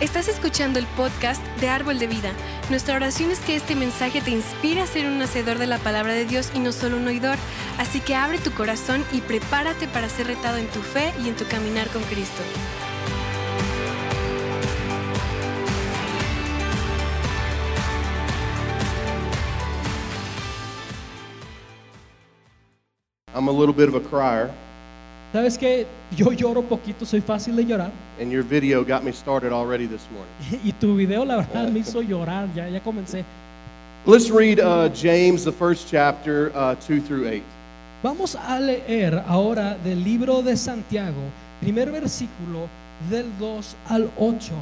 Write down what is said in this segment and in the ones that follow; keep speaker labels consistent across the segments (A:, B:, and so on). A: Estás escuchando el podcast de Árbol de Vida. Nuestra oración es que este mensaje te inspire a ser un hacedor de la palabra de Dios y no solo un oidor. Así que abre tu corazón y prepárate para ser retado en tu fe y en tu caminar con Cristo.
B: I'm a little bit of a crier,
C: ¿Sabes qué? Yo lloro poquito, soy fácil de llorar.
B: and your video got me started already this morning.
C: Y tu video, la verdad, me hizo llorar. Ya, ya comencé.
B: Let's read uh, James, the first chapter, uh, 2 through 8.
C: Vamos a leer ahora del libro de Santiago, primer versículo del 2 al 8.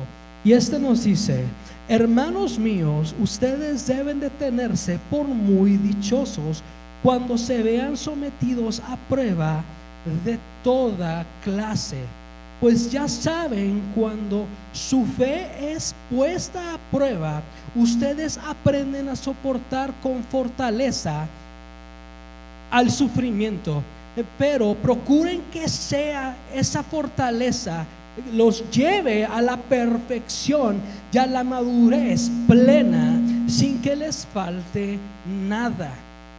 C: Y este nos dice, hermanos míos, ustedes deben de tenerse por muy dichosos cuando se vean sometidos a prueba de toda clase. Pues ya saben, cuando su fe es puesta a prueba, ustedes aprenden a soportar con fortaleza al sufrimiento. Eh, Pero procuren que sea esa fortaleza los lleve a la perfección y a la madurez plena sin que les falte nada.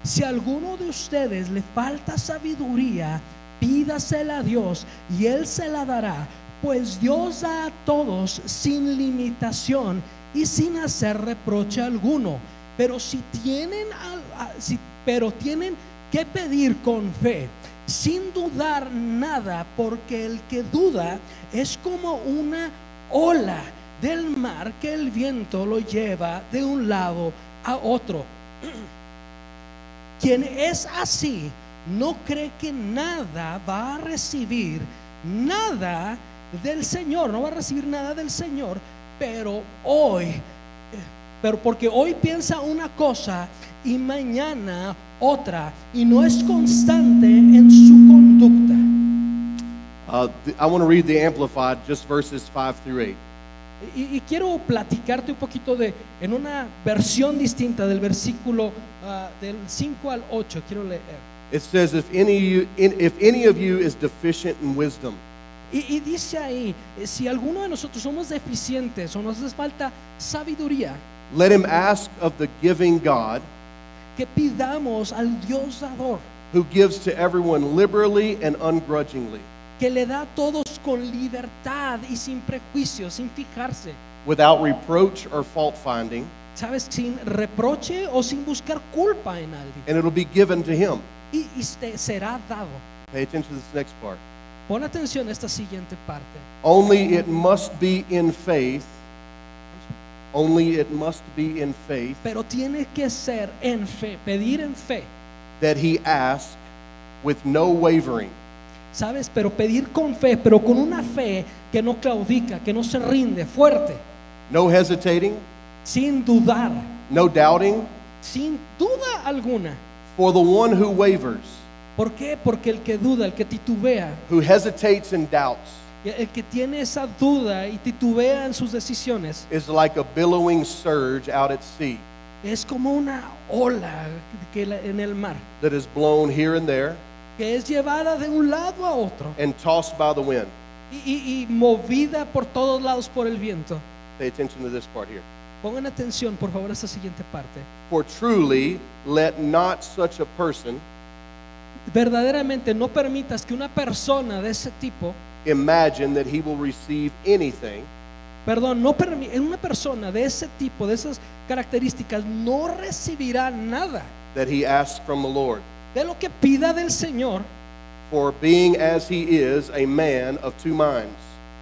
C: Si a alguno de ustedes le falta sabiduría, pídasela a Dios y Él se la dará, pues Dios da a todos sin limitación y sin hacer reproche alguno. Pero si tienen, al- a- si- pero tienen que pedir con fe, sin dudar nada, porque el que duda es como una ola del mar que el viento lo lleva de un lado a otro. Quien es así no cree que nada va a recibir, nada del Señor, no va a recibir nada del Señor, pero hoy pero porque hoy piensa una cosa y mañana otra y no es constante en su conducta.
B: Uh, th- I want to read the Amplified, just verses 5 through 8.
C: Y, y quiero platicarte un poquito de, en una versión distinta del versículo ah, del 5 al 8, quiero leer.
B: It says, If any, you, in, if any of you is deficient in wisdom,
C: Y, y dice ahí, eh, si alguno de nosotros somos deficientes o nos hace falta sabiduría,
B: let him ask of the giving God,
C: que pidamos al Dios dador,
B: who gives to everyone liberally and ungrudgingly,
C: que le da a todos con libertad y sin prejuicios, sin fijarse.
B: without reproach or fault finding,
C: ¿Sabes? Sin reproche o sin buscar culpa en alguien.
B: and it'll be given to him.
C: Y, y te será dado.
B: Pay attention to this next part.
C: Pon atención a esta siguiente parte.
B: Only it must be in faith. Only it must be in faith
C: Pero tiene que ser en fe, pedir en fe.
B: that he asks with no wavering.
C: ¿Sabes? Pero pedir con fe, pero con una fe que no claudica, que no se rinde, fuerte,
B: No hesitating,
C: sin dudar,
B: no doubting,
C: sin duda alguna.
B: for the one who wavers,
C: ¿Por qué? Porque el que duda, el que titubea,
B: who hesitates and doubts,
C: el que tiene esa duda y titubea en sus decisiones,
B: is like a billowing surge out at sea
C: es como una ola que la- en el mar.
B: that is blown here and there
C: que es llevada de un lado a otro
B: and tossed by the wind.
C: y, y- y movida por todos lados por el viento.
B: Pay attention to this part here.
C: Pongan atención, por favor, a esta siguiente parte.
B: For truly, let not such a person
C: Verdaderamente no permitas que una persona de ese tipo,
B: imagine that he will receive anything
C: perdón, no permi- una persona de ese tipo, de esas características, no recibirá nada
B: that he asks from the Lord.
C: de lo que pida del Señor.
B: For being as he is, a man of two minds,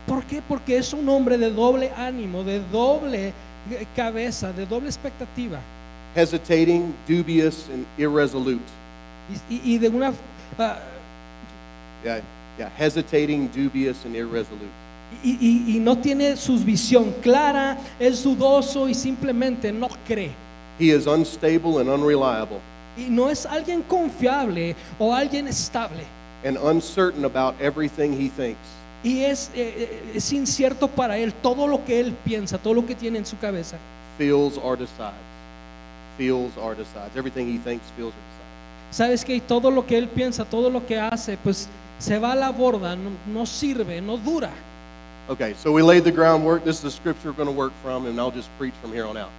C: ¿Por qué? Porque es un hombre de doble ánimo, de doble eh, cabeza, de doble expectativa
B: hesitating, dubious, and irresolute.
C: y, y- y de una... ah,
B: Yeah, yeah, hesitating, dubious, and irresolute.
C: y, y- y no tiene su visión clara, es dudoso y simplemente no cree.
B: He is unstable and unreliable,
C: Y no es alguien confiable o alguien estable.
B: and uncertain about everything he thinks.
C: Y es, eh, eh, es incierto para él todo lo que él piensa, todo lo que tiene en su cabeza.
B: Feels or decides. Feels or decides. Everything he thinks, feels or decides.
C: ¿Sabes que Todo lo que él piensa, todo lo que hace, pues se va a la borda, no, no sirve, no dura.
B: Okay, so we laid the groundwork. This is the scripture we're going to work from, and I'll just preach from here on out.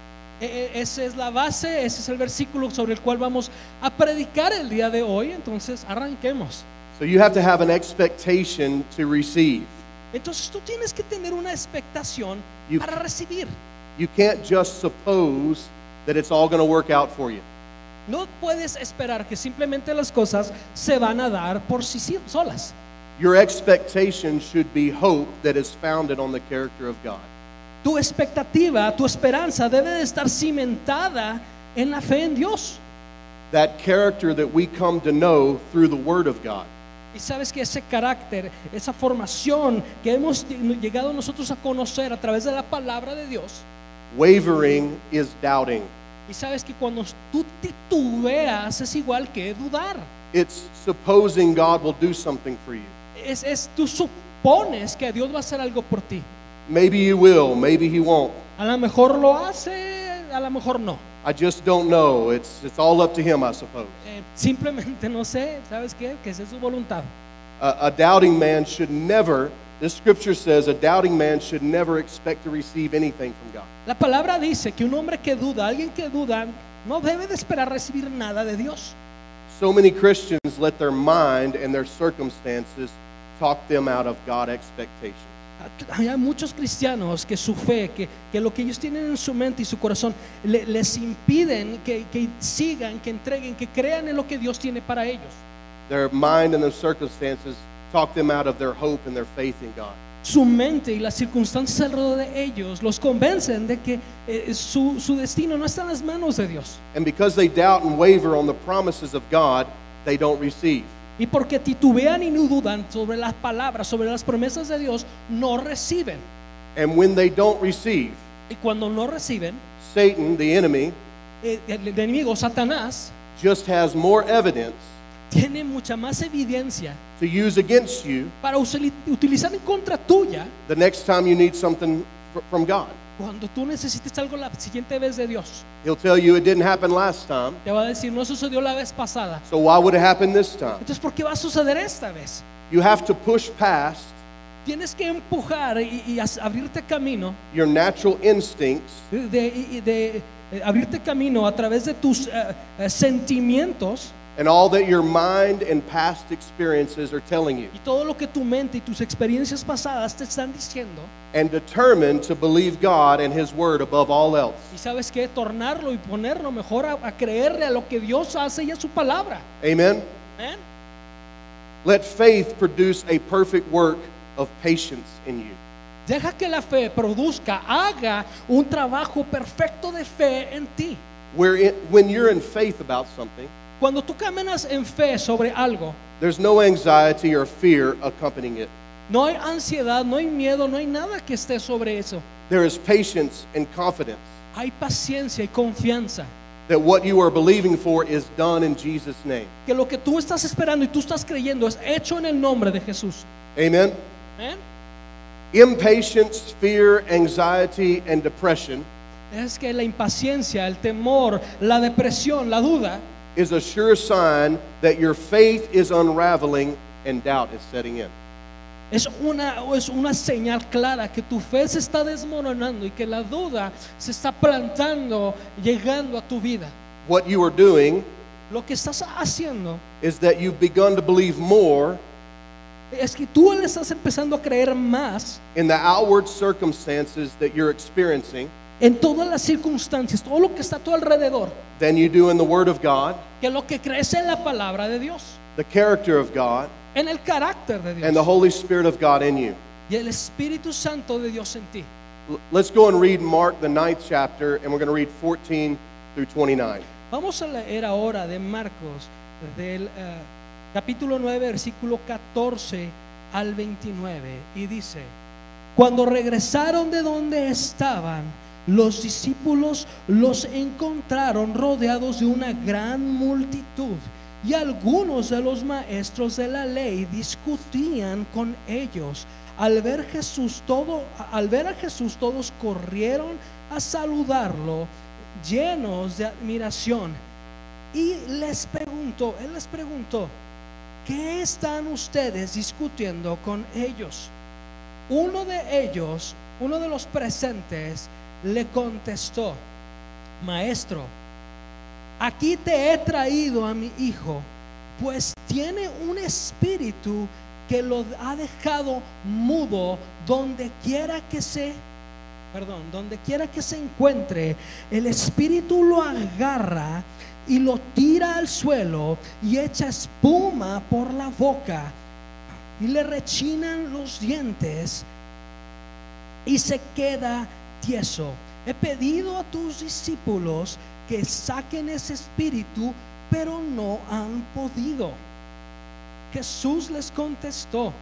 C: E- e- Esa es la base, ese es el versículo sobre el cual vamos a predicar el día de hoy. Entonces, arranquemos.
B: So you have to have an expectation to receive.
C: Entonces, tú tienes que tener una expectación
B: You-
C: para recibir.
B: You can't just suppose that it's all going to work out for you.
C: No puedes esperar que simplemente las cosas se van a dar por sí si- solas.
B: Your expectation should be hope that is founded on the character of God.
C: Tu expectativa, tu esperanza debe de estar cimentada en la fe en Dios.
B: That character that we come to know through the Word of God.
C: Y sabes que ese carácter, esa formación que hemos t- llegado nosotros a conocer a través de la palabra de Dios,
B: Wavering is doubting,
C: y sabes que cuando tú titubeas es igual que dudar.
B: it's supposing God will do something for you.
C: Es, es tú supones que Dios va a hacer algo por ti.
B: Maybe He will, maybe He won't.
C: A lo mejor lo hace, a lo mejor no.
B: I just don't know. It's, it's all up to Him, I suppose.
C: Eh, simplemente no sé, ¿sabes qué? Que esa es su voluntad.
B: A, a doubting man should never, this scripture says, a doubting man should never expect to receive anything from God.
C: La palabra dice que un hombre que duda, alguien que duda, no debe de esperar recibir nada de Dios.
B: So many Christians let their mind and their circumstances talk them out of God expectations.
C: Hay hay muchos cristianos que su fe, que, que lo que ellos tienen en su mente y su corazón, le- les impiden que, que sigan, que entreguen, que crean en lo que Dios tiene para ellos.
B: Their mind and their circumstances talk them out of their hope and their faith in God.
C: Su mente y las circunstancias alrededor de ellos los convencen de que eh, su, su destino no está en las manos de Dios.
B: And because they doubt and waver on the promises of God, they don't receive.
C: Y porque titubean y no dudan sobre las palabras, sobre las promesas de Dios, no reciben.
B: And when they don't receive,
C: Y cuando no reciben,
B: Satan, the enemy,
C: eh, el el enemigo Satanás
B: just has more evidence
C: tiene mucha más evidencia
B: to use against you
C: para usali- utilizar en contra tuya
B: the next time you need something fr- from God.
C: cuando tú necesites algo la siguiente vez de Dios.
B: He'll tell you it didn't happen last time,
C: Te va a decir, no sucedió la vez pasada.
B: so why would it happen this time?
C: Entonces, ¿por qué va a suceder esta vez?
B: You have to push past
C: Tienes que empujar y, y as- abrirte camino,
B: your natural instincts
C: de, de- y- de- eh, abrirte camino a través de tus eh, eh, sentimientos
B: and all that your mind and past experiences are telling you
C: y todo lo que tu mente y tus experiencias pasadas te están diciendo.
B: and determine to believe God and His Word above all else.
C: Y sabes qué, tornarlo y ponerlo mejor a, a creerle a lo que Dios hace y a su palabra.
B: Amen?
C: Amén.
B: Let faith produce a perfect work of patience in you.
C: Deja que la fe produzca, haga un trabajo perfecto de fe en ti.
B: Where it, when you're in faith about something,
C: Cuando tú caminas en fe sobre algo,
B: there's no anxiety or fear accompanying it.
C: no hay ansiedad, no hay miedo, no hay nada que esté sobre eso.
B: There is patience and confidence
C: Hay paciencia y confianza.
B: that what you are believing for is done in Jesus' name.
C: Que lo que tú estás esperando y tú estás creyendo es hecho en el nombre de Jesús.
B: Amen?
C: Amén.
B: Impatience, fear, anxiety, and depression
C: Es que la impaciencia, el temor, la depresión, la duda,
B: is a sure sign that your faith is unraveling and doubt is setting in.
C: es una, es una señal clara que tu fe se está desmoronando y que la duda se está plantando, llegando a tu vida.
B: What you are doing
C: Lo que estás haciendo
B: is that you've begun to believe more
C: es que tú le estás empezando a creer más
B: in the outward circumstances that you're experiencing
C: en todas las circunstancias, todo lo que está a tu alrededor,
B: than you do in the Word of God,
C: que lo que crees en la palabra de Dios,
B: the character of God,
C: en el carácter de
B: and the
C: Dios
B: Holy Spirit of God in you.
C: y el Espíritu Santo de Dios en ti.
B: L- Let's go and read Mark, the ninth chapter, and we're going to read 14 through 29.
C: Vamos a leer ahora de Marcos, del eh, capítulo 9, versículo 14 al 29, y dice, cuando regresaron de donde estaban, los discípulos los encontraron rodeados de una gran multitud, y algunos de los maestros de la ley discutían con ellos. Al ver, Jesús todo, al ver a Jesús todos corrieron a saludarlo llenos de admiración. Y les preguntó, él les preguntó, ¿qué están ustedes discutiendo con ellos? Uno de ellos, uno de los presentes, le contestó, maestro, aquí te he traído a mi hijo, pues tiene un espíritu que lo ha dejado mudo donde quiera que se perdón, donde quiera que se encuentre, el espíritu lo agarra y lo tira al suelo y echa espuma por la boca y le rechinan los dientes y se queda tieso. He pedido a tus discípulos que saquen ese espíritu, pero no han podido. Jesús les contestó,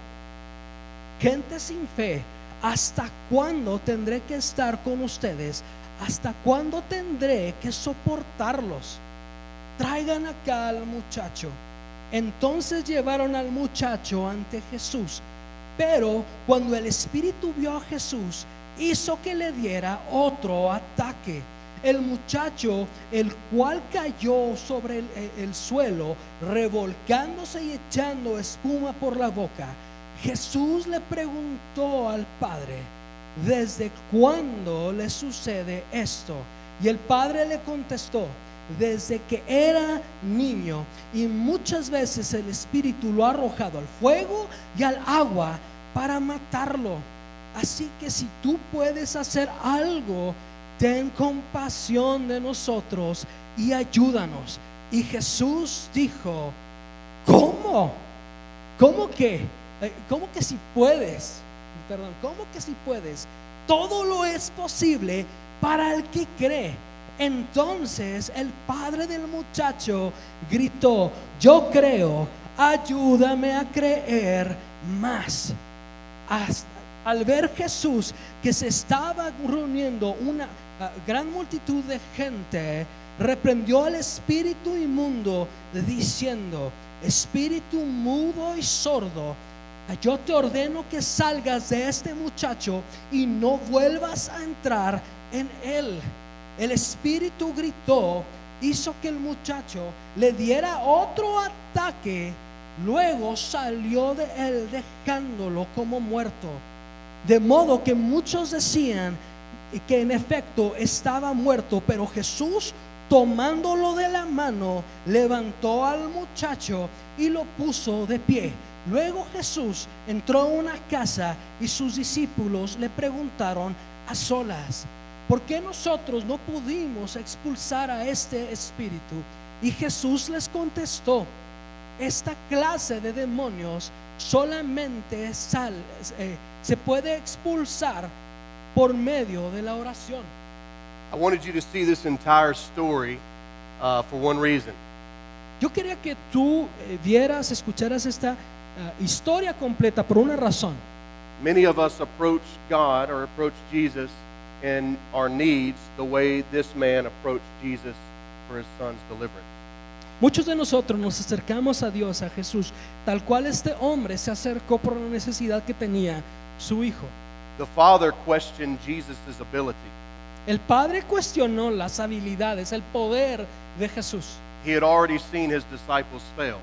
C: gente sin fe, ¿hasta cuándo tendré que estar con ustedes? ¿Hasta cuándo tendré que soportarlos? Traigan acá al muchacho. Entonces llevaron al muchacho ante Jesús. Pero cuando el espíritu vio a Jesús, hizo que le diera otro ataque. El muchacho, el cual cayó sobre el, el suelo, revolcándose y echando espuma por la boca, Jesús le preguntó al padre, ¿desde cuándo le sucede esto? Y el padre le contestó, desde que era niño y muchas veces el espíritu lo ha arrojado al fuego y al agua para matarlo. Así que si tú puedes hacer algo, ten compasión de nosotros y ayúdanos. Y Jesús dijo, ¿cómo? ¿Cómo que? eh, ¿Cómo que si puedes? Perdón, ¿cómo que si puedes? Todo lo es posible para el que cree. Entonces el padre del muchacho gritó, yo creo, ayúdame a creer más. Hasta, al ver Jesús que se estaba reuniendo una uh, gran multitud de gente, reprendió al espíritu inmundo diciendo, espíritu mudo y sordo, yo te ordeno que salgas de este muchacho y no vuelvas a entrar en él. El espíritu gritó, hizo que el muchacho le diera otro ataque, luego salió de él dejándolo como muerto. De modo que muchos decían que en efecto estaba muerto, pero Jesús tomándolo de la mano, levantó al muchacho y lo puso de pie. Luego Jesús entró a una casa y sus discípulos le preguntaron a solas, ¿por qué nosotros no pudimos expulsar a este espíritu? Y Jesús les contestó, esta clase de demonios solamente sal, eh, se puede expulsar por medio de la oración.
B: I wanted you to see this entire story uh, for one reason.
C: Yo quería que tú eh, vieras, escucharas esta eh, historia completa por una razón.
B: Many of us approach God or approach Jesus in our needs the way this man approached Jesus for his son's deliverance.
C: Muchos de nosotros nos acercamos a Dios, a Jesús, tal cual este hombre se acercó por la necesidad que tenía su hijo.
B: The father questioned Jesus' ability.
C: El padre cuestionó las habilidades, el poder de Jesús,
B: He had already seen his disciples fail.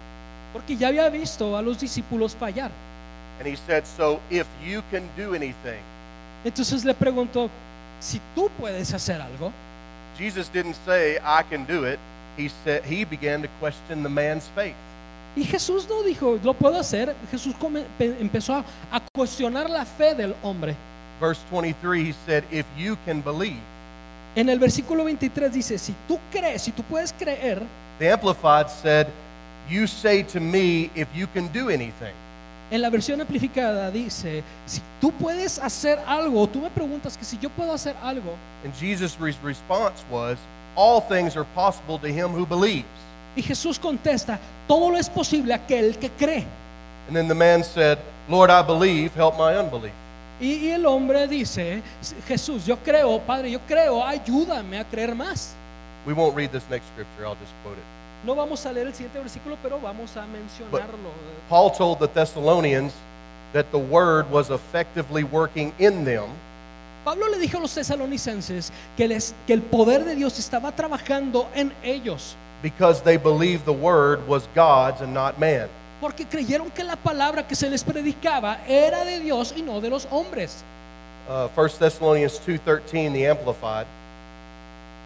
C: porque ya había visto a los discípulos fallar.
B: And he said, So if you can do anything,
C: Entonces le preguntó, si tú puedes hacer algo,
B: Jesus didn't say, I can do it. He said he began to question the man's faith.
C: y Jesús no dijo, lo puedo hacer, Jesús come- pe- empezó a, a cuestionar la fe del hombre.
B: Verse 23, he said, If you can believe.
C: En el versículo 23 dice, si tú crees, si tú puedes creer,
B: The Amplified said, You say to me if you can do anything.
C: en la versión amplificada dice, si tú puedes hacer algo, tú me preguntas que si yo puedo hacer algo,
B: And Jesus' re- response was, All things are possible to him who believes.
C: y Jesús contesta, todo lo es posible a aquel que cree.
B: And then the man said, Lord, I believe, help my unbelief.
C: Y, y el hombre dice, Jesús, yo creo, Padre, yo creo, ayúdame a creer más.
B: We won't read this next scripture, I'll just quote it.
C: No vamos a leer el siguiente versículo, pero vamos a mencionarlo.
B: Paul told the Thessalonians that the word was effectively working in them
C: Pablo le dijo a los tesalonicenses que, les, que el poder de Dios estaba trabajando en ellos,
B: because they believed the word was God's and not man.
C: porque creyeron que la palabra que se les predicaba era de Dios y no de los hombres.
B: Uh, 1 Thessalonians 2.13, the Amplified.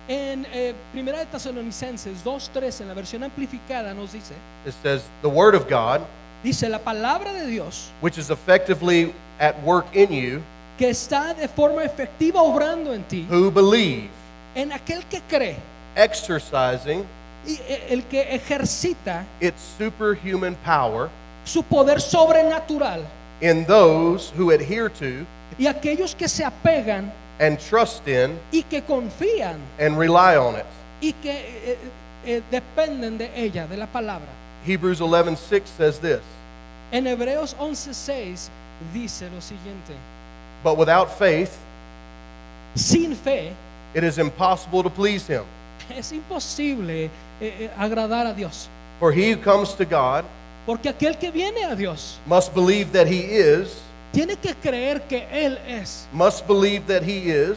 C: En eh, Primera de Tesalonicenses 2:3 en la versión amplificada nos dice,
B: It says, The Word of God,
C: dice la palabra de Dios
B: which is effectively at work in you,
C: que está de forma efectiva obrando en ti,
B: who believe,
C: en aquel que cree
B: exercising
C: y eh, el que ejercita
B: its superhuman power
C: su poder sobrenatural
B: in those who adhere to
C: y aquellos que se apegan
B: and trust in
C: y que confían
B: and rely on it.
C: y que eh, eh, dependen de ella, de la palabra.
B: Hebrews 11:6 says this,
C: En Hebreos 11:6 dice lo siguiente,
B: but without faith
C: sin fe
B: it is impossible to please him.
C: es imposible eh, eh, agradar a Dios,
B: For he who comes to God
C: porque aquel que viene a Dios
B: must believe that he is,
C: tiene que creer que Él es,
B: must believe that he is,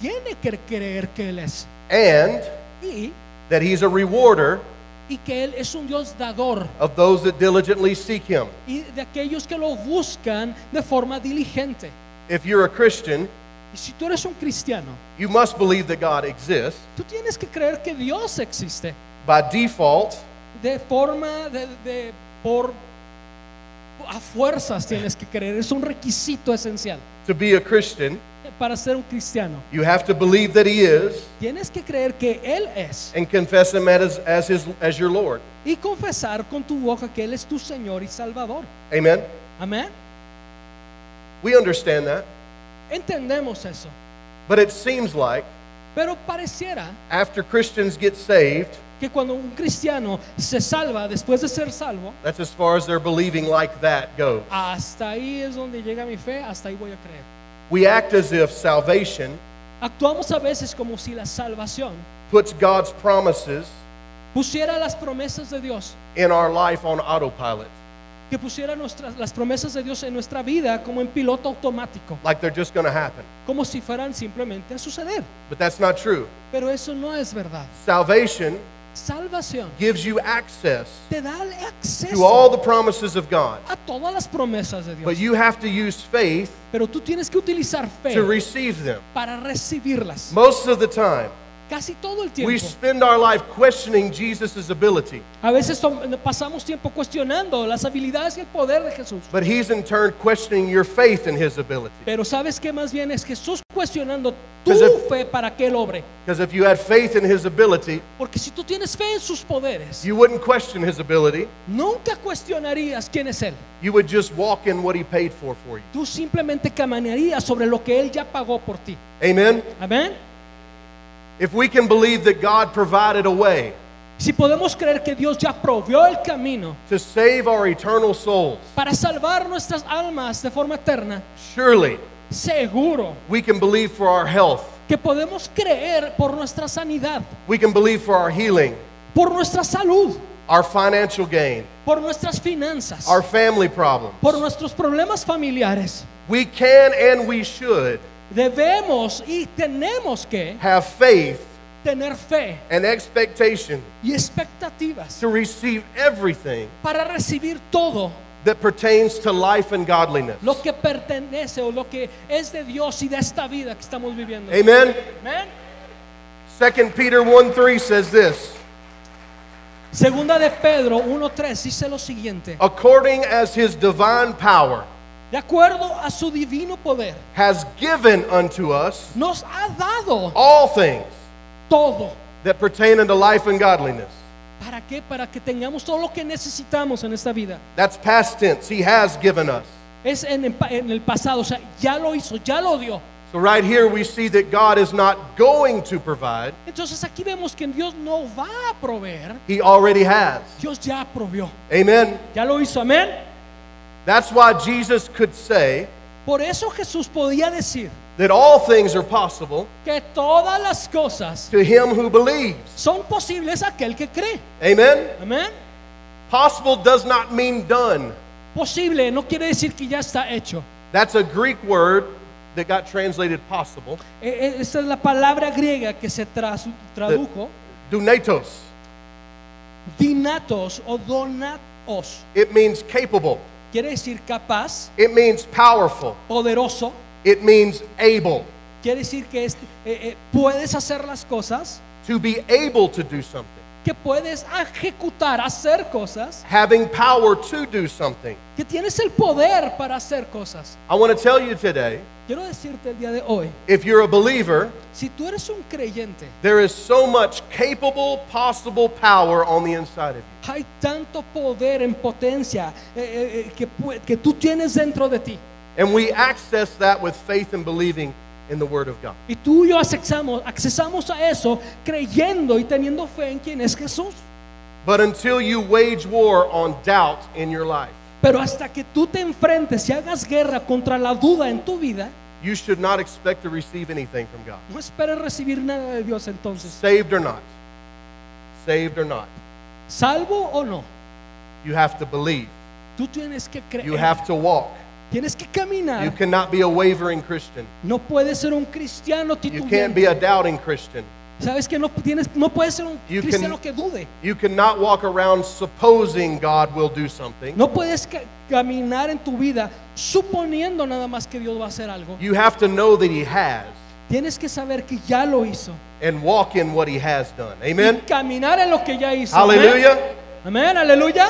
C: tiene que creer que Él es
B: and
C: y,
B: that he's a rewarder
C: y que Él es un Dios dador
B: of those that diligently seek him.
C: y de aquellos que lo buscan de forma diligente.
B: If you're a Christian,
C: Y si tú eres un cristiano,
B: you must believe that God exists.
C: tú tienes que creer que Dios existe
B: By default,
C: de forma de, de- por a fuerzas tienes que creer, es un requisito esencial
B: to be a Christian,
C: para ser un cristiano.
B: you have to believe that he is
C: Tienes que creer que Él es
B: and confess him as, as, his, as your Lord.
C: y confesar con tu boca que Él es tu Señor y Salvador.
B: Amen?
C: Amén.
B: We understand that.
C: Entendemos eso.
B: But it seems like
C: Pero pareciera
B: after Christians get saved,
C: que cuando un cristiano se salva después de ser salvo,
B: that's as far as their believing like that goes.
C: hasta ahí es donde llega mi fe, hasta ahí voy a creer.
B: We act as if salvation
C: Actuamos a veces como si la salvación
B: puts God's promises
C: pusiera las promesas de Dios,
B: in our life on autopilot,
C: que pusiera nuestras, las promesas de Dios en nuestra vida como en piloto automático,
B: like they're just going to happen.
C: como si fueran simplemente a suceder.
B: But that's not true.
C: Pero eso no es verdad.
B: Salvation
C: Salvación
B: gives you access
C: te da el
B: to all Pues,
C: acceso
B: the promises of God.
C: a todas las promesas de
B: But
C: Dios,
B: you have to use faith
C: pero tú tienes que utilizar fe
B: to receive them.
C: para recibirlas.
B: Most of the time,
C: Casi todo el
B: we
C: tiempo.
B: spend our life questioning Jesus' ability,
C: A veces tom- pasamos tiempo cuestionando las habilidades y el poder de Jesús.
B: but he's in turn questioning your faith in his ability.
C: Pero sabes que más bien es Jesús cuestionando tu
B: Pues es-
C: fe para que él obre.
B: Because if you had faith in his ability,
C: Porque si tú tienes fe en sus poderes,
B: you wouldn't question his ability.
C: nunca cuestionarías quién es él.
B: You would just walk in what he paid for for you.
C: Tú simplemente camanearías sobre lo que él ya pagó por ti.
B: Amen?
C: Amén.
B: If we can believe that God provided a way
C: Si podemos creer que Dios ya provió el camino
B: to save our eternal souls,
C: para salvar nuestras almas de forma eterna,
B: surely
C: seguro
B: we can believe for our health.
C: que podemos creer por nuestra sanidad,
B: We can believe for our healing,
C: por nuestra salud,
B: our financial gain,
C: por nuestras finanzas,
B: our family problems.
C: por nuestros problemas familiares.
B: We can and we should
C: Debemos y tenemos que
B: have faith
C: tener fe
B: and expectation
C: y expectativas
B: to receive everything
C: para recibir todo
B: that pertains to life and godliness.
C: lo que pertenece o lo que es de Dios y de esta vida que estamos viviendo.
B: Amen.
C: Amén.
B: 2 Peter 1 3 says this
C: Segunda de Pedro 1.3 dice lo siguiente.
B: According as his divine power
C: De acuerdo a su divino poder,
B: has given unto us
C: nos ha dado
B: all things
C: todo.
B: that pertain unto life and godliness.
C: ¿Para qué? Para que tengamos todo lo que necesitamos en esta vida.
B: That's past tense. He has given us.
C: Es en el, pa- en el pasado, o sea, ya lo hizo, ya lo dio.
B: So, right here, we see that God is not going to provide,
C: Entonces aquí vemos que Dios no va a proveer,
B: He already has.
C: Dios ya provió,
B: Amen.
C: ya lo hizo, amén.
B: That's why Jesus could say
C: Por eso Jesús podía decir
B: that all things are possible
C: que todas las cosas
B: to him who believes.
C: son posibles a aquel que cree,
B: Amen.
C: amén.
B: Possible does not mean done.
C: Posible no quiere decir que ya está hecho.
B: That's a Greek word that got translated possible,
C: Eh, eh, Esa es la palabra griega que se tras- tradujo.
B: dunatos.
C: Dinatos o donat- os.
B: It means capable.
C: Quiere decir capaz,
B: It means powerful.
C: poderoso.
B: It means able.
C: Quiere decir que es- eh, eh, puedes hacer las cosas,
B: To be able to do something.
C: que puedes ejecutar, hacer cosas,
B: Having power to do something.
C: que tienes el poder para hacer cosas.
B: I want to tell you today
C: Quiero decirte el día de hoy,
B: if you're a believer,
C: si tú eres un creyente,
B: there is so much capable, possible power on the inside of you.
C: hay tanto poder en potencia eh, eh, eh, que, pu- que tú tienes dentro de ti.
B: And we access that with faith and believing in the Word of God.
C: Y tú y yo accesamos, accesamos a eso creyendo y teniendo fe en quien es Jesús.
B: But until you wage war on doubt in your life,
C: Pero hasta que tú te enfrentes y hagas guerra contra la duda en tu vida,
B: you should not expect to receive anything from God.
C: no esperes recibir nada de Dios entonces.
B: Saved or not, saved or not,
C: Salvo o no,
B: you have to believe.
C: tú tienes que creer,
B: You have to walk.
C: tienes que
B: You
C: caminar.
B: cannot be a wavering Christian.
C: No puedes ser un cristiano
B: You can't be
C: titubeante.
B: a doubting Christian.
C: Sabes que no tienes, no puedes ser un
B: You can-
C: cristiano que dude.
B: You cannot walk around supposing God will do something.
C: No puedes ca- caminar en tu vida suponiendo nada más que Dios va a hacer algo.
B: You have to know that He has
C: Tienes que saber que ya lo hizo.
B: and walk in what He has done.
C: Y
B: Amen?
C: caminar en lo que ya hizo. Amén.
B: Hallelujah.
C: Amén, aleluya.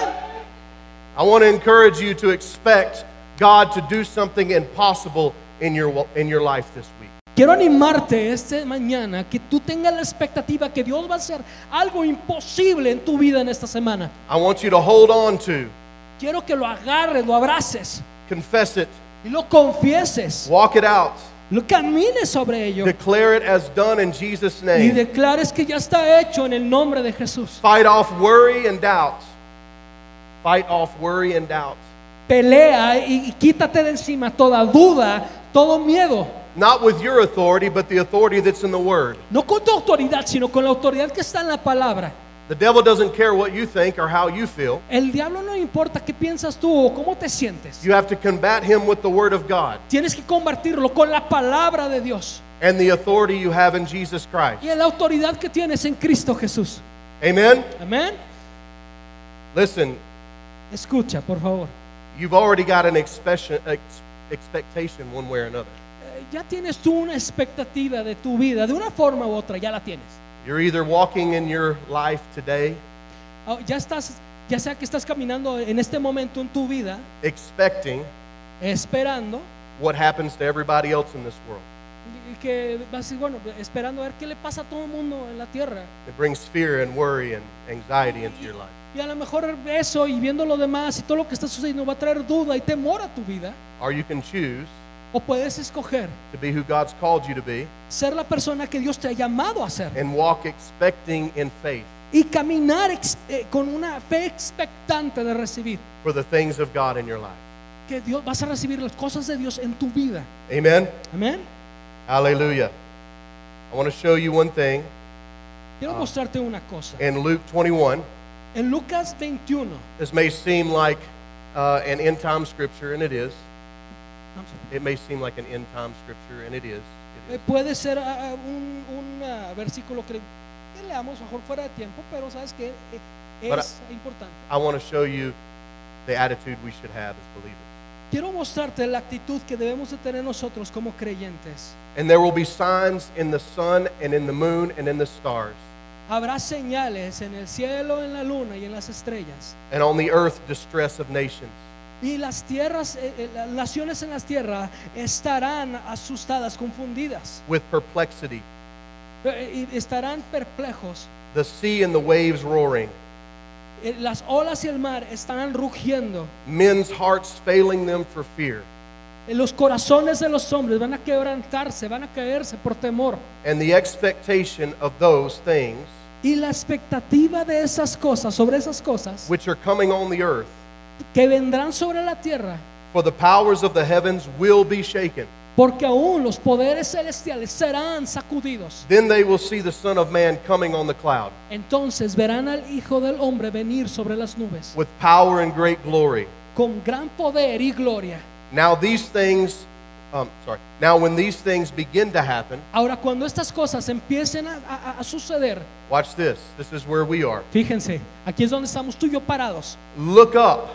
B: I want to encourage you to expect God to do something impossible in your, in your life this week.
C: Quiero animarte esta mañana que tú tengas la expectativa que Dios va a hacer algo imposible en tu vida en esta semana.
B: I want you to hold on to,
C: Quiero que lo agarres, lo abraces
B: confess it,
C: y lo confieses.
B: walk it out,
C: Lo camines sobre ello
B: declare it as done in Jesus'
C: y
B: name.
C: declares que ya está hecho en el nombre de Jesús.
B: Fight off worry and doubt. Fight off worry and doubt.
C: Pelea y, y quítate de encima toda duda, todo miedo.
B: Not with your authority, but the authority that's in the Word.
C: No con tu autoridad, sino con la autoridad que está en la palabra.
B: The devil doesn't care what you think or how you feel.
C: El diablo no importa qué piensas tú o cómo te sientes.
B: You have to combat him with the Word of God
C: Tienes que combatirlo con la palabra de Dios
B: and the authority you have in Jesus Christ.
C: y en la autoridad que tienes en Cristo Jesús.
B: Amen?
C: Amén.
B: Listen,
C: Escucha, por favor.
B: You've already got an expectation, ex- expectation one way or another.
C: Eh, Ya tienes tú una expectativa de tu vida, de una forma u otra, ya la tienes.
B: You're either walking in your life today,
C: Ah, Ya estás, ya sea que estás caminando en este momento en tu vida,
B: expecting
C: esperando
B: what happens to everybody else in this world.
C: y que vas a decir, bueno, esperando a ver qué le pasa a todo el mundo en la tierra.
B: It brings fear and worry and anxiety into your life.
C: Y a lo mejor eso y viendo lo demás y todo lo que está sucediendo va a traer duda y temor a tu vida.
B: Or you can choose
C: O puedes escoger
B: to be who God's called you to be
C: ser la persona que Dios te ha llamado a ser.
B: and walk expecting in faith
C: y caminar ex- eh, con una fe expectante de recibir
B: for the things of God in your life.
C: que Dios vas a recibir las cosas de Dios en tu vida.
B: Amen?
C: Amén.
B: Hallelujah. I want to show you one thing
C: Quiero mostrarte una cosa.
B: in Luke 21.
C: En Lucas 21,
B: This may seem like uh, an end time scripture, and it is.
C: I'm sorry,
B: It may seem like an end time scripture, and it is. It
C: eh,
B: is.
C: puede ser ah, ah, un, un, ah, versículo que, que leamos mejor fuera de tiempo, pero sabes que eh,
B: Para-
C: es importante.
B: I want to show you the attitude we should have as believers.
C: Quiero mostrarte la actitud que debemos de tener nosotros como creyentes.
B: And there will be signs in the sun and in the moon and in the stars,
C: Habrá señales en el cielo, en la luna y en las estrellas.
B: and on the earth distress of nations.
C: Y las tierras, eh, eh, las naciones en las tierras estarán asustadas, confundidas,
B: With perplexity,
C: eh, y estarán perplejos.
B: the sea and the waves roaring,
C: Eh, Las olas y el mar estarán rugiendo.
B: men's hearts failing them for fear,
C: Eh, Los corazones de los hombres van a quebrantarse, van a caerse por temor.
B: and the expectation of those things
C: Y la expectativa de esas cosas, sobre esas cosas,
B: which are coming on the earth.
C: que vendrán sobre la tierra,
B: For the powers of the heavens will be shaken.
C: porque aún los poderes celestiales serán sacudidos.
B: Then they will see the Son of Man coming on the cloud
C: Entonces verán al Hijo del Hombre venir sobre las nubes
B: with power and great glory.
C: con gran poder y gloria.
B: Now these things Um, sorry. Now, when these things begin to happen,
C: Ahora, cuando estas cosas empiecen a, a- a suceder,
B: watch this. This is where we are.
C: fíjense, aquí es donde estamos tú y yo parados.
B: Look up,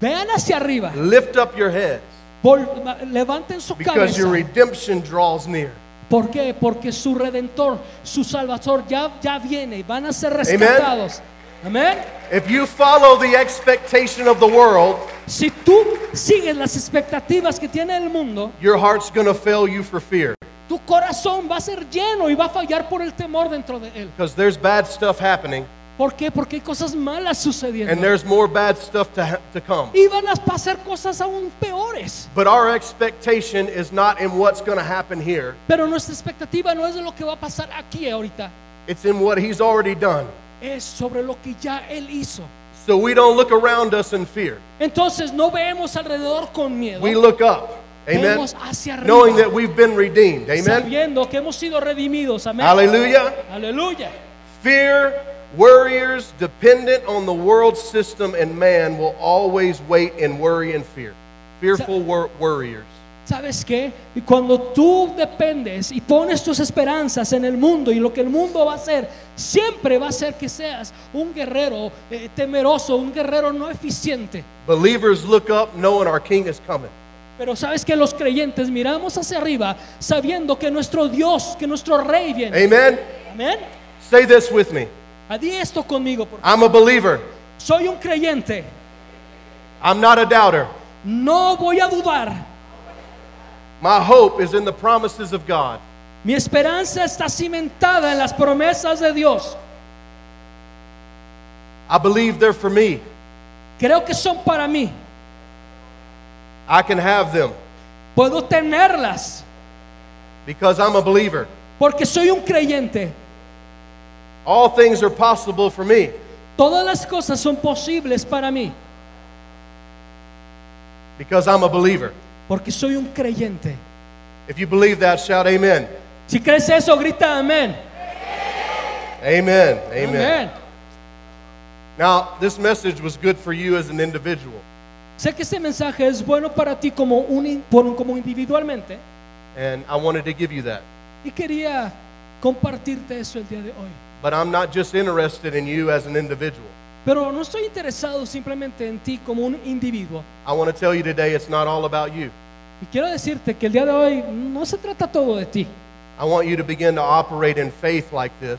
C: Vean hacia arriba,
B: lift up your heads,
C: vol- levanten su
B: because
C: cabeza.
B: your redemption draws near.
C: ¿Por qué? Porque su redentor, su salvador ya, ya viene y van a ser rescatados. Amén.
B: If you follow the expectation of the world,
C: Si tú sigues las expectativas que tiene el mundo,
B: your heart's going to fail you for fear,
C: tu corazón va a ser lleno y va a fallar por el temor dentro de él.
B: because there's bad stuff happening,
C: ¿Por qué? Porque hay cosas malas
B: and
C: sucediendo.
B: there's more bad stuff to, ha- to come.
C: Y van a pasar cosas aún peores.
B: But our expectation is not in what's going to happen here,
C: Pero nuestra expectativa no es de lo que va a pasar aquí ahorita,
B: it's in what He's already done.
C: es sobre lo que ya él hizo.
B: So we don't look around us in fear.
C: Entonces no vemos alrededor con miedo,
B: We look up. Amen.
C: vemos hacia arriba,
B: Knowing that we've been redeemed. Amen.
C: sabiendo que hemos sido redimidos. Amén.
B: Hallelujah.
C: Aleluya.
B: Fear, worriers dependent on the world system and man will always wait in worry and fear. Fearful wor- worriers.
C: ¿Sabes qué? Y cuando tú dependes y pones tus esperanzas en el mundo y lo que el mundo va a hacer, siempre va a ser que seas un guerrero eh, temeroso, un guerrero no eficiente.
B: Believers look up knowing our king is coming.
C: Pero sabes que los creyentes miramos hacia arriba sabiendo que nuestro Dios, que nuestro Rey viene.
B: Amen.
C: Amén.
B: Say this with me.
C: Adí esto conmigo, porque
B: I'm a believer.
C: soy un creyente.
B: I'm not a doubter.
C: No voy a dudar.
B: My hope is in the promises of God.
C: Mi esperanza está cimentada en las promesas de Dios.
B: I believe they're for me.
C: Creo que son para mí.
B: I can have them
C: Puedo tenerlas.
B: because I'm a believer.
C: Porque soy un creyente.
B: All things are possible for me.
C: Todas las cosas son posibles para mí.
B: because I'm a believer.
C: Porque soy un creyente.
B: If you believe that, shout amen.
C: Si crees eso, grita amén.
B: Amen. Amen.
C: Amén.
B: Now, this message was good for you as an individual.
C: Sé que este mensaje es bueno para ti como, un, in- por- como individualmente.
B: And I wanted to give you that.
C: Y quería compartirte eso el día de hoy.
B: But I'm not just interested in you as an individual.
C: Pero no estoy interesado simplemente en ti como un individuo.
B: I want to tell you today it's not all about you.
C: Y quiero decirte que el día de hoy no se trata todo de ti.
B: I want you to begin to operate in faith like this,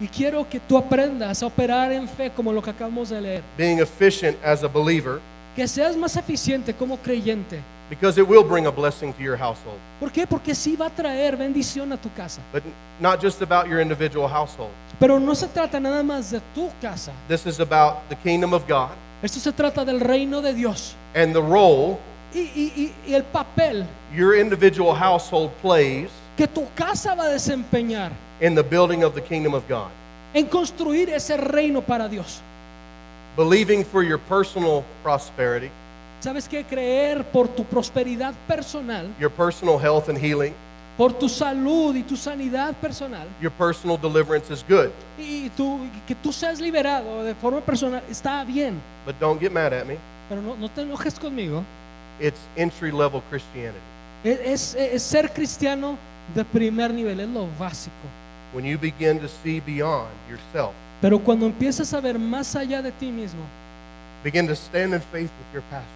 C: Y quiero que tú aprendas a operar en fe como lo que acabamos de leer.
B: being efficient as a believer,
C: Que seas más eficiente como creyente.
B: because it will bring a blessing to your household.
C: ¿Por qué? Porque sí va a traer bendición a tu casa.
B: But not just about your individual household.
C: Pero no se trata nada más de tu casa.
B: This is about the kingdom of God
C: Esto se trata del reino de Dios.
B: and the role
C: Y, y- y- y el papel
B: your individual household plays
C: que tu casa va a desempeñar
B: in the building of the kingdom of God.
C: en construir ese reino para Dios.
B: Believing for your personal prosperity,
C: ¿Sabes qué? Creer por tu prosperidad personal,
B: your personal health and healing,
C: por tu salud y tu sanidad personal,
B: your personal deliverance is good.
C: y tú, y que tú seas liberado de forma personal, está bien.
B: But don't get mad at me.
C: Pero no, no te enojes conmigo.
B: It's entry level Christianity.
C: Es- es- es ser cristiano de primer nivel, es lo básico.
B: When you begin to see beyond yourself,
C: Pero cuando empiezas a ver más allá de ti mismo
B: begin to stand in faith with your pastors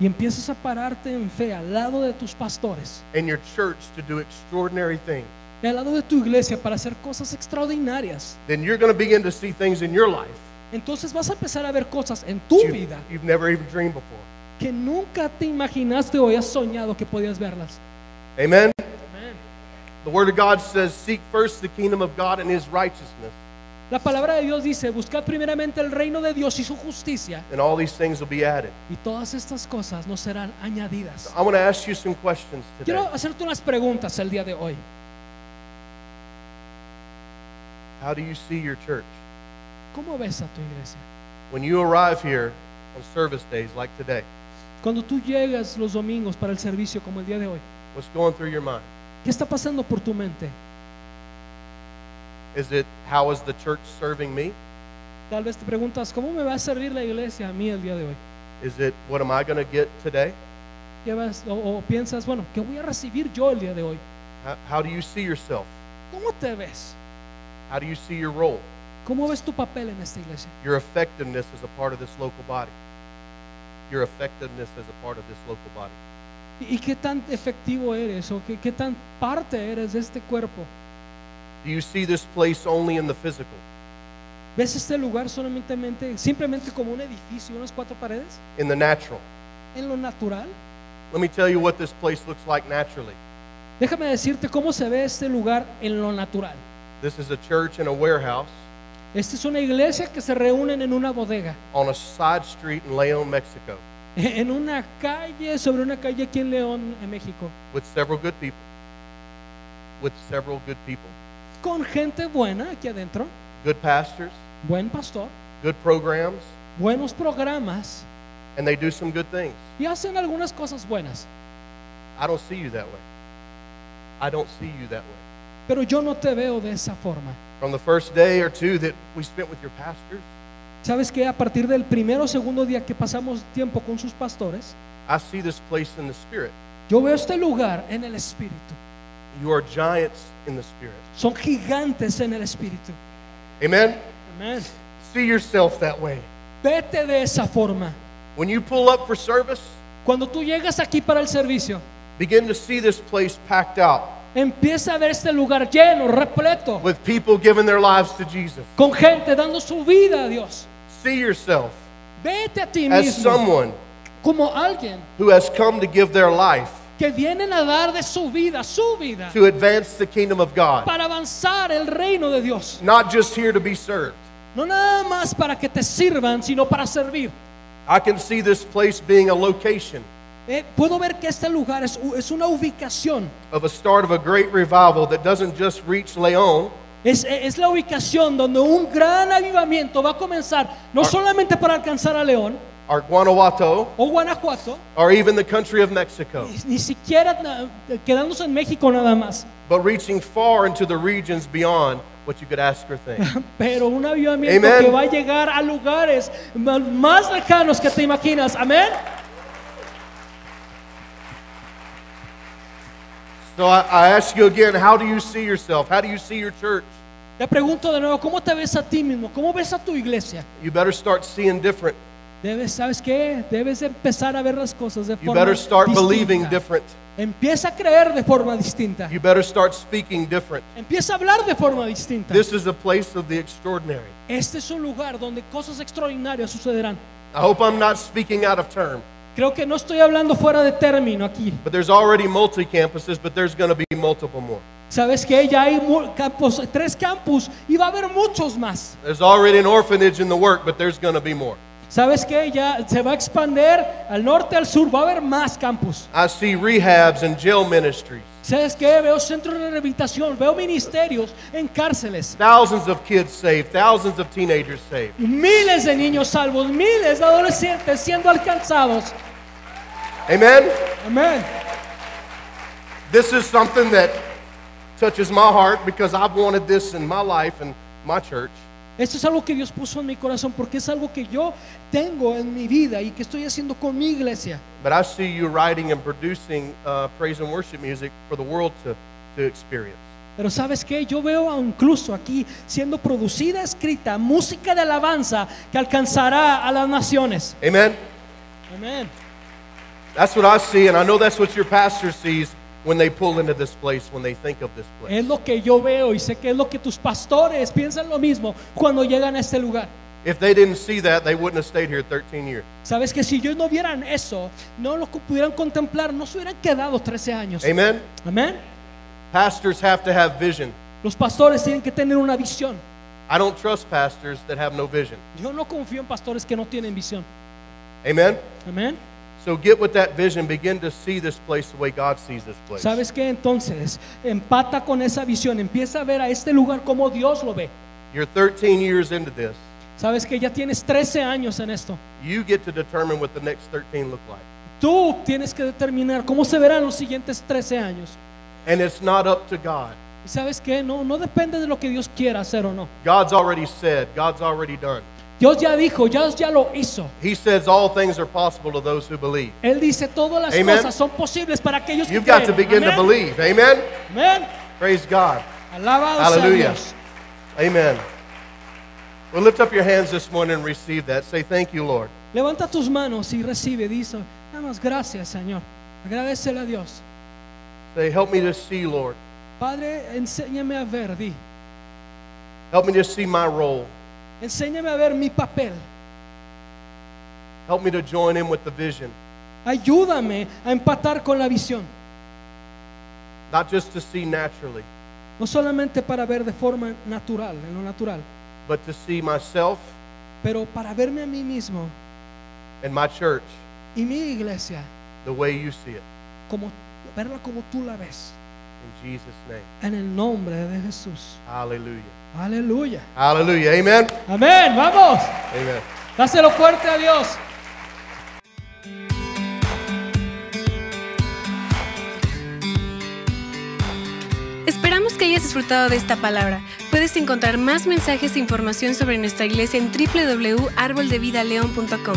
C: y empiezas a pararte en fe al lado de tus pastores,
B: and your church to do extraordinary things,
C: y al lado de tu iglesia para hacer cosas extraordinarias,
B: then you're going to begin to see things in your life
C: entonces vas a empezar a ver cosas en tu
B: that you,
C: vida
B: you've never even dreamed before.
C: que nunca te imaginaste o has soñado que podías verlas.
B: Amen? The Word of God says, Seek first the kingdom of God and His righteousness,
C: La palabra de Dios dice, buscad primeramente el reino de Dios y su justicia,
B: and all these things will be added.
C: y todas estas cosas nos serán añadidas.
B: I want to ask you some questions today.
C: Quiero hacerte unas preguntas el día de hoy.
B: How do you see your church?
C: ¿Cómo ves a tu iglesia?
B: When you arrive here on service days like today,
C: Cuando tú llegas los domingos para el servicio como el día de hoy,
B: what's going through your mind?
C: ¿qué está pasando por tu mente?
B: Is it how is the church serving me?
C: Tal vez te preguntas, ¿cómo me va a servir la iglesia a mí el día de hoy?
B: Is it what am I going to get today?
C: llevas o, o piensas, bueno, ¿qué voy a recibir yo el día de hoy?
B: How, how do you see yourself?
C: ¿Cómo te ves?
B: How do you see your role?
C: ¿Cómo ves tu papel en esta iglesia?
B: Your effectiveness as a part of this local body. Your effectiveness as a part of this local body.
C: ¿Y, y qué tan efectivo eres o qué, qué tan parte eres de este cuerpo?
B: Do you see this place only in the physical?
C: ¿Ves este lugar solamente simplemente como un edificio, unas cuatro paredes?
B: In the natural?
C: En lo natural.
B: Let me tell you what this place looks like naturally.
C: Déjame decirte cómo se ve este lugar en lo natural.
B: This is a church in a warehouse
C: Esta es una iglesia que se reúnen en una bodega,
B: on a side street in León, Mexico,
C: en una calle, sobre una calle aquí en León, en México,
B: with several good people. With several good people.
C: con gente buena aquí adentro,
B: Good pastors,
C: buen pastor,
B: good programs,
C: buenos programas
B: and they do some good things.
C: y hacen algunas cosas buenas.
B: I don't see you that way. I don't see you that way.
C: Pero yo no te veo de esa forma.
B: From the first day or two that we spent with your pastors,
C: Sabes que a partir del primero o segundo día que pasamos tiempo con sus pastores,
B: I see this place in the spirit.
C: yo veo este lugar en el espíritu.
B: You are giants in the spirit.
C: Son gigantes en el espíritu.
B: Amen?
C: Amén.
B: See yourself that way.
C: Vete de esa forma.
B: When you pull up for service,
C: Cuando tú llegas aquí para el servicio,
B: begin to see this place packed out
C: empieza a ver este lugar lleno, repleto,
B: with people giving their lives to Jesus.
C: con gente dando su vida a Dios.
B: See yourself
C: Vete a ti
B: as
C: mismo
B: someone
C: como alguien
B: who has come to give their life
C: que vienen a dar de su vida, su vida,
B: to advance the kingdom of God,
C: para avanzar el reino de Dios.
B: not just here to be served.
C: No nada más para que te sirvan, sino para servir.
B: I can see this place being a location
C: Eh, puedo ver que este lugar es, u- es una ubicación,
B: of a start of a great revival that doesn't just reach Leon,
C: es, eh, es la ubicación donde un gran avivamiento va a comenzar, no solamente para alcanzar a León
B: or Guanajuato,
C: o Guanajuato,
B: or even the country of Mexico,
C: ni, ni siquiera na- quedándose en México nada más,
B: but reaching far into the regions beyond what you could ask or think.
C: pero un avivamiento
B: Amen.
C: que va a llegar a lugares ma- más lejanos que te imaginas, amén.
B: So I, I ask you again, how do you see yourself? How do you see your church?
C: Te pregunto de nuevo, ¿cómo te ves a ti mismo? ¿Cómo ves a tu iglesia?
B: You better start seeing different.
C: Debes, ¿sabes qué? Debes empezar a ver las cosas de
B: You
C: forma
B: better start believing
C: distinta.
B: different.
C: Empieza a creer de forma distinta.
B: You better start speaking different.
C: Empieza a hablar de forma distinta.
B: This is a place of the extraordinary.
C: Este es un lugar donde cosas extraordinarias sucederán.
B: I hope I'm not speaking out of term,
C: Creo que no estoy hablando fuera de término aquí.
B: but there's already multi campuses, but there's going to be multiple more.
C: Sabes que ya hay mu- campos, tres campus y va a haber muchos más.
B: There's already an orphanage in the work, but there's going to be more.
C: Sabes que ya se va a expandir al norte, al sur, va a haber más campus.
B: I see rehabs and jail ministries,
C: Sabes que veo centros de rehabilitación, veo ministerios en cárceles,
B: thousands of kids saved, thousands of teenagers saved.
C: miles de niños salvos, miles de adolescentes siendo alcanzados.
B: Amen?
C: Amén.
B: This is something that touches my heart because I've wanted this in my life and my church.
C: Esto es algo que Dios puso en mi corazón porque es algo que yo tengo en mi vida y que estoy haciendo con mi iglesia.
B: But I see you writing and producing uh, praise and worship music for the world to, to experience.
C: Pero sabes qué, yo veo a- incluso aquí siendo producida, escrita, música de alabanza que alcanzará a las naciones.
B: Amen?
C: Amén.
B: That's what I see, and I know that's what your pastor sees when they pull into this place, when they think of this place.
C: Es lo que yo veo y sé que es lo que tus pastores piensan lo mismo cuando llegan a este lugar.
B: If they didn't see that, they wouldn't have stayed here 13 years.
C: Sabes que si ellos no vieran eso, no lo cu- pudieran contemplar, no se hubieran quedado 13 años.
B: Amen?
C: Amén.
B: Pastors have to have vision.
C: Los pastores tienen que tener una visión.
B: I don't trust pastors that have no vision.
C: Yo no confío en pastores que no tienen visión.
B: Amen?
C: Amén.
B: So get with that vision, begin to see this place the way God sees this place.
C: ¿Sabes qué? Entonces, empata con esa visión, empieza a ver a este lugar como Dios lo ve.
B: You're 13 years into this.
C: Sabes que ya tienes 13 años en esto.
B: You get to determine what the next 13 look like.
C: Tú tienes que determinar cómo se verán los siguientes 13 años.
B: And it's not up to God.
C: ¿Y sabes qué? No, no depende de lo que Dios quiera hacer o no.
B: God's already said, God's already done.
C: Dios ya dijo, Dios ya lo hizo.
B: He says all things are possible to those who believe.
C: Él dice todas las
B: Amen.
C: cosas son posibles para aquellos que
B: You've got to
C: creen.
B: begin to
C: Amén.
B: believe. Amen?
C: Amén.
B: Praise God.
C: Alabado sea
B: Hallelujah.
C: Dios.
B: Amen. Well, lift up your hands this morning and receive that. Say, Thank you, Lord.
C: Levanta tus manos y recibe, dice, damos gracias, Señor. Agradecele a Dios.
B: Say, Help me to see, Lord.
C: Padre, enséñame a ver, di.
B: Help me to see my role.
C: Enséñame a ver mi papel.
B: Help me to join in with the vision.
C: Ayúdame a empatar con la visión.
B: Not just to see naturally,
C: No solamente para ver de forma natural, en lo natural,
B: but to see myself
C: pero para verme a mí mismo
B: and my church
C: y mi iglesia
B: the way you see it.
C: como verla como tú la ves.
B: In Jesus' name.
C: En el nombre de Jesús.
B: Hallelujah.
C: Aleluya.
B: Hallelujah. Amen.
C: Amén. Vamos.
B: Amen.
C: Dáselo fuerte a Dios.
A: Esperamos que hayas disfrutado de esta palabra. Puedes encontrar más mensajes e información sobre nuestra iglesia en www.arboldevidaleon.com.